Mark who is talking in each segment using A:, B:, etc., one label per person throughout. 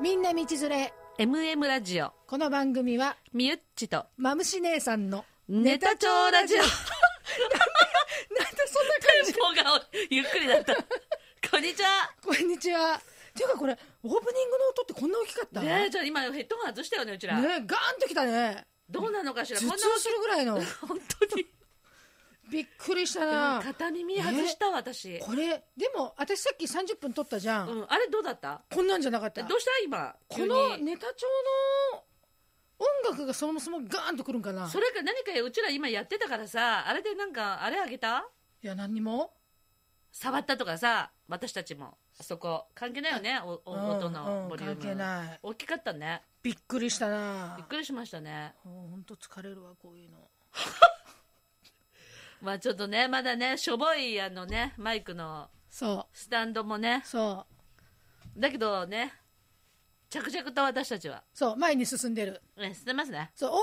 A: みんな道連れ
B: MM ラジオ
A: この番組は
B: みゆっちと
A: マムシ姉さんの
B: ネタ帳ラジ オ
A: なんでそんな感じ
B: テンポがゆっくり だったこんにちは
A: こんにちはっていうかこれオープニングの音ってこんな大きかった
B: ね
A: ね
B: えじゃあ今ヘッドホン外したよねうち
A: ガ
B: ら、
A: ーンときたね
B: どうなのかしらこん
A: 頭
B: な
A: 痛するぐらいの
B: 本当に
A: びっくりしたな
B: 片耳外した私、
A: これでも私さっき30分撮ったじゃん、
B: うん、あれどうだった
A: こんなんじゃなかった
B: どうした今
A: こ
B: 急に
A: のネタ帳の音楽がそもそもガーンとくるんかな
B: それか何かうちら今やってたからさあれでなんかあれあげた
A: いや何にも
B: 触ったとかさ私たちもあそこ関係ないよねおお
A: うん
B: 音の
A: うん
B: ボリューム、
A: 関係ない
B: 大きかったね
A: びっくりしたな
B: びっくりしましたね
A: 本当疲れるわこういうの
B: まあちょっとねまだねしょぼいあのねマイクの
A: そ
B: スタンドもね
A: うそう
B: だけどね着々と私たちは、
A: そう前に進んでる
B: ね、進めますね
A: そう大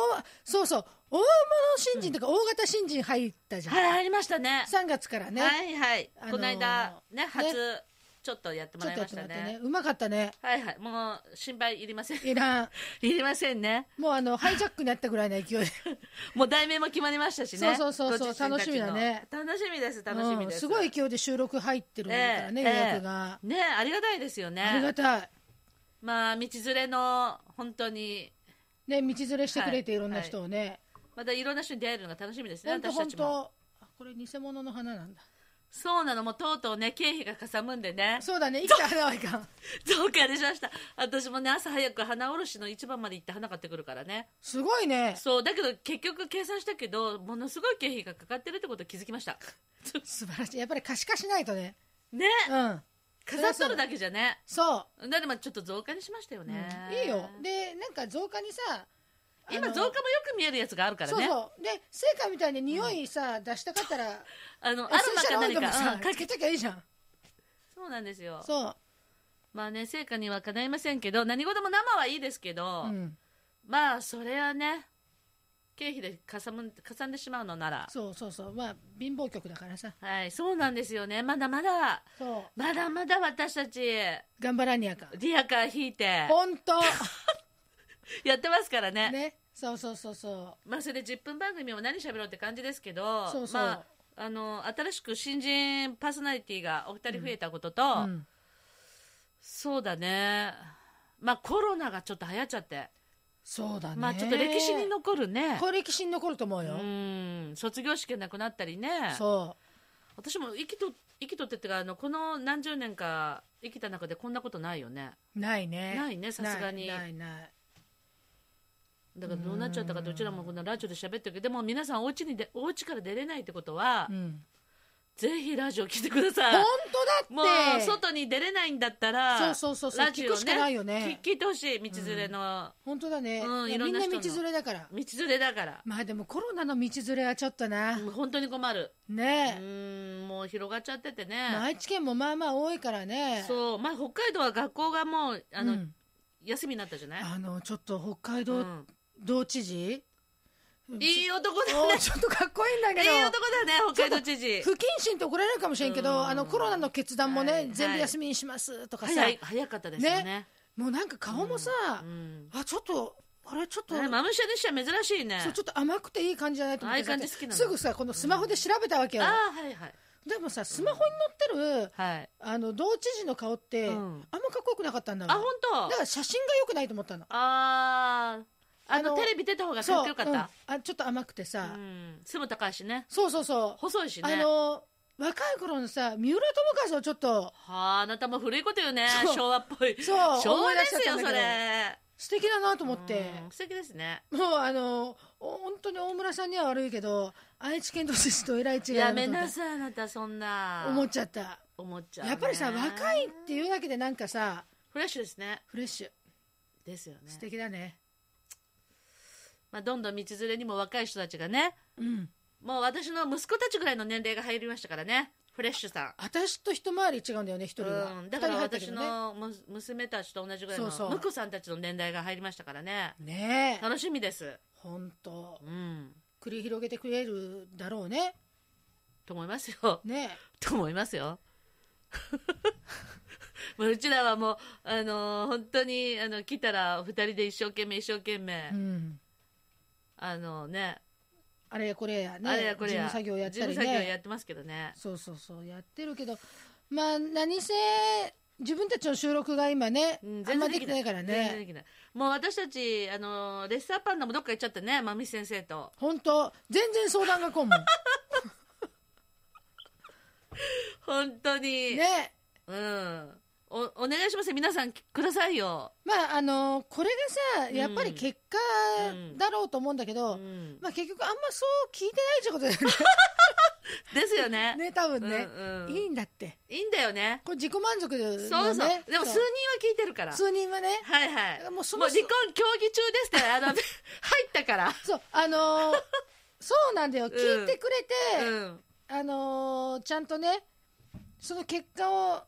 A: そうそう大物新人とか大型新人入ったじゃん、
B: はい入りましたね
A: 3月からね、
B: はいはい、
A: あのー
B: この間ね
A: ね
B: 初ちょっとやっても
A: ちょっ
B: らい
A: とやっも
B: ましてた
A: らっ
B: ね
A: てねうまかったね
B: はいはいもう心配いりません
A: いらん
B: いりませんね
A: もうあのハイジャックになったぐらいの勢いで
B: もう題名も決まりましたしね
A: そうそうそうそう
B: ご自身たちの
A: 楽しみだね
B: 楽しみです楽しみです、
A: うんすごい勢いで収録入ってるもんだからね、
B: ええ
A: 予約が、
B: ねありがたいですよね
A: ありがたい
B: まあ道連れの本当に
A: ね道連れしてくれて、
B: はい
A: い、ろんな人をね
B: またいろんな人に出会えるのが楽しみですね
A: 本当
B: 私た
A: 本
B: ちも
A: 当これ偽物の花なんだ
B: そうなのもうとうとうね経費がかさむんでね
A: そうだね生きた花はい かん
B: 増加でしました私もね朝早く花卸しの市場まで行って花買ってくるからね
A: すごいね
B: そうだけど結局計算したけどものすごい経費がかかってるってこと気づきました
A: 素晴らしいやっぱり可視化しないとね
B: ね
A: うん
B: 飾っとるだけじゃね
A: そう
B: だってまあちょっと増加にしましたよね、
A: いいよでなんか造花にさ
B: 今
A: あの
B: 増加もよく見えるやつがあるから
A: そう
B: ね
A: そうで成果みたいに匂いさ、出したかったら
B: あの
A: エ
B: ア
A: ッ
B: ロ
A: セン
B: マ
A: シャ
B: か
A: ル
B: 何
A: オイルも
B: か、
A: さ、
B: うんか
A: つけときゃいいじゃん
B: そうなんですよ
A: そ
B: まあね成果にはかないませんけど何事も生はいいですけど
A: う、、うん、
B: まあそれはね経費でかさむかさんでしまうのなら
A: そうそうそうまあ貧乏局だからさ
B: はいそうなんですよねまだまだ
A: そう
B: まだまだ私たち
A: 頑張らんにやか
B: リアカー引いて
A: 本当
B: やってますからね
A: ねそうそうそうそ
B: まあそれで10分番組も何喋ろうって感じですけど
A: そうそう
B: まああの新しく新人パーソナリティがお二人増えたことと、
A: う、うん、
B: そうだねまあコロナがちょっと流行っちゃって、
A: そうだね
B: まあちょっと歴史に残るね
A: これ歴史に残ると思う
B: う
A: よ、
B: ん卒業式がなくなったりね
A: そ
B: 私も生きと生きとってってかあのこの何十年か生きた中でこんなことないよね
A: うないね
B: ないねさすがに
A: ないないない
B: だからどうなっちゃったかって
A: うん
B: うちらもこのラジオで喋ってるけどでも皆さんお家にでお家から出れないってことは、
A: うん
B: ぜひラジオ聞いてくださ
A: 本
B: い
A: 当
B: も
A: だって
B: う外に出れないんだったら
A: そうそうそうそう
B: ラジオ
A: 聞くしかないよね
B: 聞聞いてほしい道連れの、
A: 本当だね、
B: うん
A: いや
B: いろん
A: みん
B: な
A: な
B: 人の
A: 道連れだから
B: 道連れだから、
A: まあでもコロナの道連れはちょっとな、
B: うん本当に困るう
A: ねえ、
B: んもう広がっちゃっててね、
A: まあ愛知県もまあまあ多いからね
B: そうまあ北海道は学校がもうあの、
A: うん
B: 休みになったじゃない、
A: あのちょっと北海
B: う
A: 道、
B: ん
A: 道知事
B: いい男だ
A: お
B: ね
A: ーちょっとかっこいいんだ
B: いい
A: けど、
B: 男だね北海道知事
A: 不謹慎って怒られるかもしれんけど、
B: うん
A: あのコロナの決断もね、
B: はい
A: 全部休みにしますとかさ、
B: 早い早かったですよね
A: もうなんか顔もさ、
B: うん
A: あちょっとあれちょっと、
B: ねマムシャでした珍しいね
A: そうちょっと甘くていい感じじゃないと思って
B: ああいう感じ好きなの
A: すぐさこのスマホで調べたわけよ、
B: ああはいはい
A: でもさスマホに載ってる
B: はい
A: あの道知事の顔って、
B: うん
A: あんまかっこよくなかったんだわ
B: あ本当
A: だから写真が良くないと思ったの
B: あああ
A: あ
B: の
A: の
B: テレビ出た方がか
A: そ
B: っ
A: う、
B: こよかっ
A: うん
B: た
A: あちょっと甘くてさ、
B: うん背も高いしね
A: そうそうそう、
B: 細いしね
A: あの若い頃のさ三浦友和をちょっと
B: はああなたも古いこと言うね
A: そう
B: 昭和っぽい
A: そう
B: 昭
A: 思
B: 和
A: い
B: で
A: 出しちゃった
B: すよ
A: んだ
B: そ
A: けど
B: れ
A: 素敵だなと思って
B: うん素敵ですね
A: もうあのお本当に大村さんには悪いけど愛知県都知事とえらい違い
B: や
A: だ
B: め
A: な
B: な
A: と
B: さいあなたそんな
A: 思っちゃった
B: 思っちゃうね
A: やっぱりさ若いっていうだけでなんかさ
B: フレッシュですね
A: フレッシュ
B: ですよね
A: 素敵だね
B: まあどんどん道連れにも若い人たちがね
A: うん
B: もう私の息子たちぐらいの年齢が入りましたからねフレッシュさ
A: 私と一回り違うんだよね一人は、
B: うん、だから
A: 二人入ったけ
B: 私
A: どね
B: のむ娘たちと同じぐらいの
A: そうそう
B: 婿さんたちの年代が入りましたからね
A: ねえ
B: 楽しみです
A: 本当
B: うん
A: 繰り広げてくれるだろうね
B: と思いますよ
A: ねえ
B: と思いますよもううちらはもう、あのー本当に、あの、来たら、二人で一生懸命、一生懸命、
A: うん、
B: あのね、
A: あれやこれやね
B: あれやこれや、
A: 事務作業やったり
B: 事務作業
A: ね
B: やってますけどね。
A: そうそうそうやってるけどまあ何せ自分たちの収録が今ね、
B: うん
A: あんまできてないから
B: 全然
A: ね
B: できない。もう私たち、あのーレッサーパンダもどっか行っちゃってね、まみ先生と。
A: 本当全然相談が来んもん
B: 本当に。
A: ね
B: うん。お、お願いしますよ皆さん、きくださいよ。
A: まああのこれがさ
B: うん
A: やっぱり結果
B: うん
A: だろうと思うんだけど、
B: うん
A: まあ、結局あんまそう聞いてないってことだよ
B: です よね。
A: ねね多
B: う
A: 分
B: ん
A: ね、
B: うん
A: いいんだって
B: いいんだよね。
A: これ自己満足だよね
B: そうそう。でも数人は
A: そう
B: 聞いてるから。
A: 数人はね
B: はいはい。
A: もうそ
B: も
A: の
B: う離婚協議中ですっ て、あの、入ったから。
A: そうあの ーそうなんだよ聞いてくれて、
B: うん。
A: あのーちゃんとねその結果を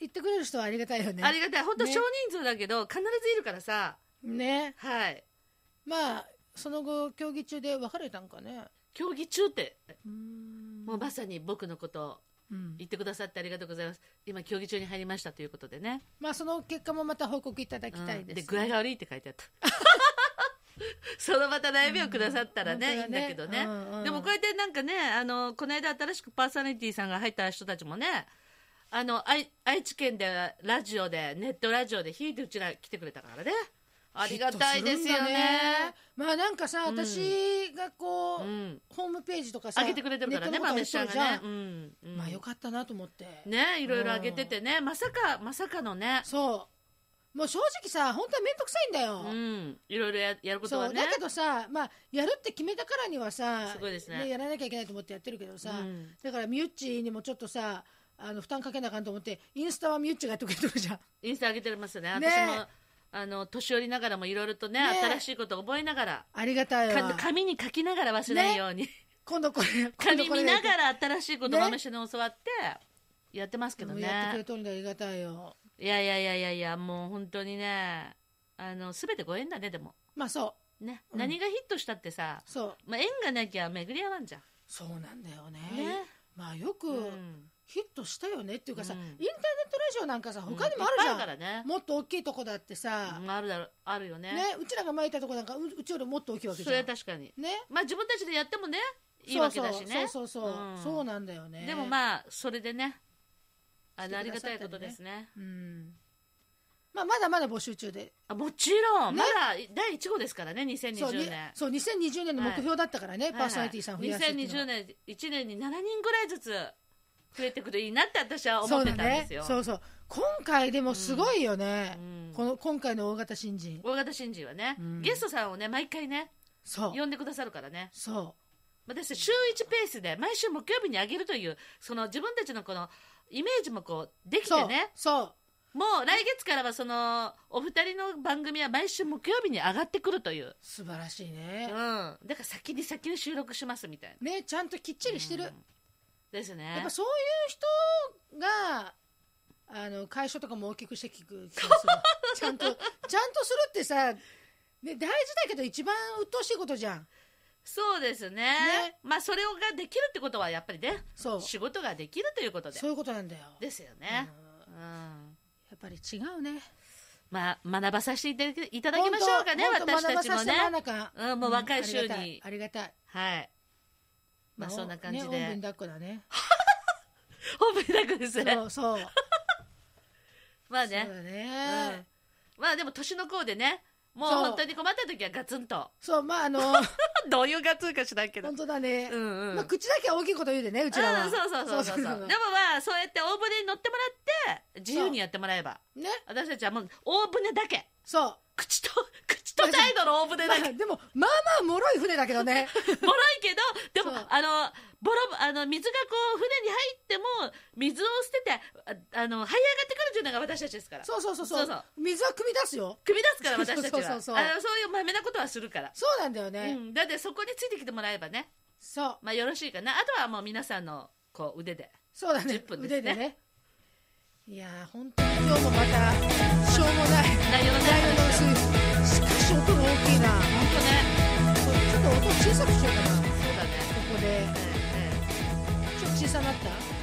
A: 言ってくれる人はありがたいよね
B: ありがたい。本当
A: ね
B: 少人数だけど、必ずいるからさ。
A: ね
B: はい。
A: まあその後競技中で別れたんかね
B: 協議中って、
A: うーん
B: もうまさに僕のことを
A: うん
B: 言ってくださってありがとうございます。今、競技中に入りましたということでね。
A: まあその結果もまた報告いただきた
B: う
A: い
B: ん
A: です、
B: で、具合が悪いって書いてあった。 そのまた悩みをくださったらね、いい
A: 本当
B: ん
A: だ
B: だけどね。
A: うんうん
B: でもこうやってなんかね、あの、この間新しくパーソナリティさんが入った人たちもね、あの、愛愛知県でラジオで、ネットラジオで弾いてうちら来てくれたからね。ありがたいですよ
A: ヒットるんだ
B: ね
A: ね。まあなんかさ、
B: うん
A: 私がこ
B: う
A: う、
B: ん。
A: ホームページとかさ
B: あげてくれてるから
A: ネ
B: ね、
A: ットの
B: ま
A: こと
B: め
A: や
B: しちゃん
A: って
B: が
A: るじゃ
B: ね
A: ん。
B: うん。うん
A: まあよかったなと思って、
B: ね、いろいろあげててね、まさか、まさかのね。
A: そうもう正直さ本当は面倒くさいんだよ
B: う、ん。いろいろややること
A: そ
B: は
A: う
B: ね
A: だ。けどさ、まあ、やるって決めたからにはさ
B: すごいですね
A: やらなきゃいけないと思ってやってるけどさ、
B: うん
A: だからミュッチにもちょっとさあの負担かけなあかんと思ってインスタはミュッチがやってくれてるじゃん
B: インスタ上げてますよね。
A: ね
B: 私も、あの、年寄りながらもいろいろとね、
A: ね
B: 新しいことを覚えながら、
A: ありがたい
B: か
A: わ
B: 紙に書きながら忘れないように、
A: 今度これ今度
B: 紙
A: これ
B: 見ながら新しいことを
A: ね
B: まめしに教わって、やってますけど
A: もうやってく
B: ね
A: れ。とるんでありがたいよ
B: いやいやいやいやいや、もう本当にね、あの、すべてご縁だね、でも。
A: まあそう
B: ね、
A: うん
B: 何がヒットしたってさ、
A: そう
B: まあ、縁がなきゃ巡り合わんじゃん。
A: そうなんだよね
B: ね。
A: まあよく
B: うん
A: ヒットしたよねっていうかさ、
B: うん
A: インターネットラジオなんかさ他にもあるじゃ
B: いっ
A: ん
B: ぱい、からね。
A: もっと大きいとこだってさ、
B: うんあるだろ、あるよね。
A: ねうちらが巻いたとこなんかううちよりもっと大きいわけじ
B: そ
A: ゃん
B: れは確かに。
A: ね
B: まあ自分たちでやってもね、いいわけだしね。
A: そうそうそうそう、
B: うん
A: そうなんだよね
B: でもまあそれでねあのあ
A: し
B: り
A: てく
B: が
A: ださ
B: た
A: ったりね
B: いことですね
A: うんまあ、まだまだ募集中で
B: あもちろん、
A: ね
B: まだ第1号ですからね
A: そうに
B: 2020年
A: そう2020年の目標だったからね、
B: はい
A: パーソナリティさん増やすっていうのは
B: 2020年1年に7人ぐらいずつ増えてくるといいなって私は思ってたんですよ、
A: そう,、ね、そうそう今回でもすごいよね、
B: うん
A: この今回の大型新人
B: 大型新人はね、
A: うん
B: ゲストさんをね毎回ね
A: そう
B: 呼んでくださるからね
A: そ
B: 私週1ペースで毎週木曜日にあげるというその自分たちのこのイメージもこうで
A: う
B: き
A: そ
B: て
A: う
B: ね
A: そう
B: もう来月からはそのお二人の番組は毎週木曜日に上がってくるという
A: 素晴らしいね、
B: うん、だから先に先に収録しますみたいな。
A: ねちゃんときっちりしてる、
B: うんですね。
A: やっぱそういう人があの会社とかも大きくして聞く気がするちゃんとちゃんとするってさ、ね、大事だけど一番鬱陶しいことじゃん
B: そうですね
A: ね
B: まあそれをができるってことはやっぱりね、
A: そう
B: 仕事ができるということで。
A: そういうことなんだよ
B: ですよね
A: う。ん
B: うん。
A: やっぱり違うね
B: まあ学ばさせていただきいただきましょうかね、
A: 本当
B: 私たちも
A: 本当学ばさせてもらわ
B: ね。
A: なか
B: うんもう若い
A: ん
B: 衆に
A: ありがたいありがたい
B: はい。まあそんな感じで。
A: ね、おんぶに抱っこだね
B: 本当に楽です ね
A: そ。う そう
B: まあ
A: そう
B: ね。
A: だ
B: う
A: ね、
B: ん。まあでも年の功でね、もう
A: そう
B: 本当に困った時はガツンと。
A: そうまあ あの
B: どういうガツンかしないけど。
A: 本当だね、
B: うんうん
A: まあ、口だけは大きいこと言うでねうちらは、
B: うん、そうそうそうそうそうでもまあそうやって大船に乗ってもらって自由にやってもらえば
A: ね
B: 私たちはもう大船だけ
A: そう
B: 口と口と態度の大船だ
A: ま
B: け
A: あ、でもまあまあもろい船だけどね
B: ボロいけどでも
A: そう
B: あのボロあの水がこう船に入っても水を捨ててああの這い上がってくるというのが私たちですから
A: そうそうそうそう
B: そうそう
A: 水は汲み出すよ
B: 組み出すから私たちは
A: そうそうそうそう
B: あのそういうまめなことはするから、
A: そうなんだよね、
B: うん、だってそこについてきてもらえばね、
A: そう
B: まあ、よろしいかなあとはもう皆さんのこう腕で
A: そうだね
B: 10分ですね
A: 腕でねいやー本当に今日もまたしょうもない
B: 内容のない
A: 内容の薄いしかし音が大きいな
B: 本当ね
A: これちょっと音小さくしようかなこ
B: そうだね
A: こで
B: ええええ
A: ちょっと小さなった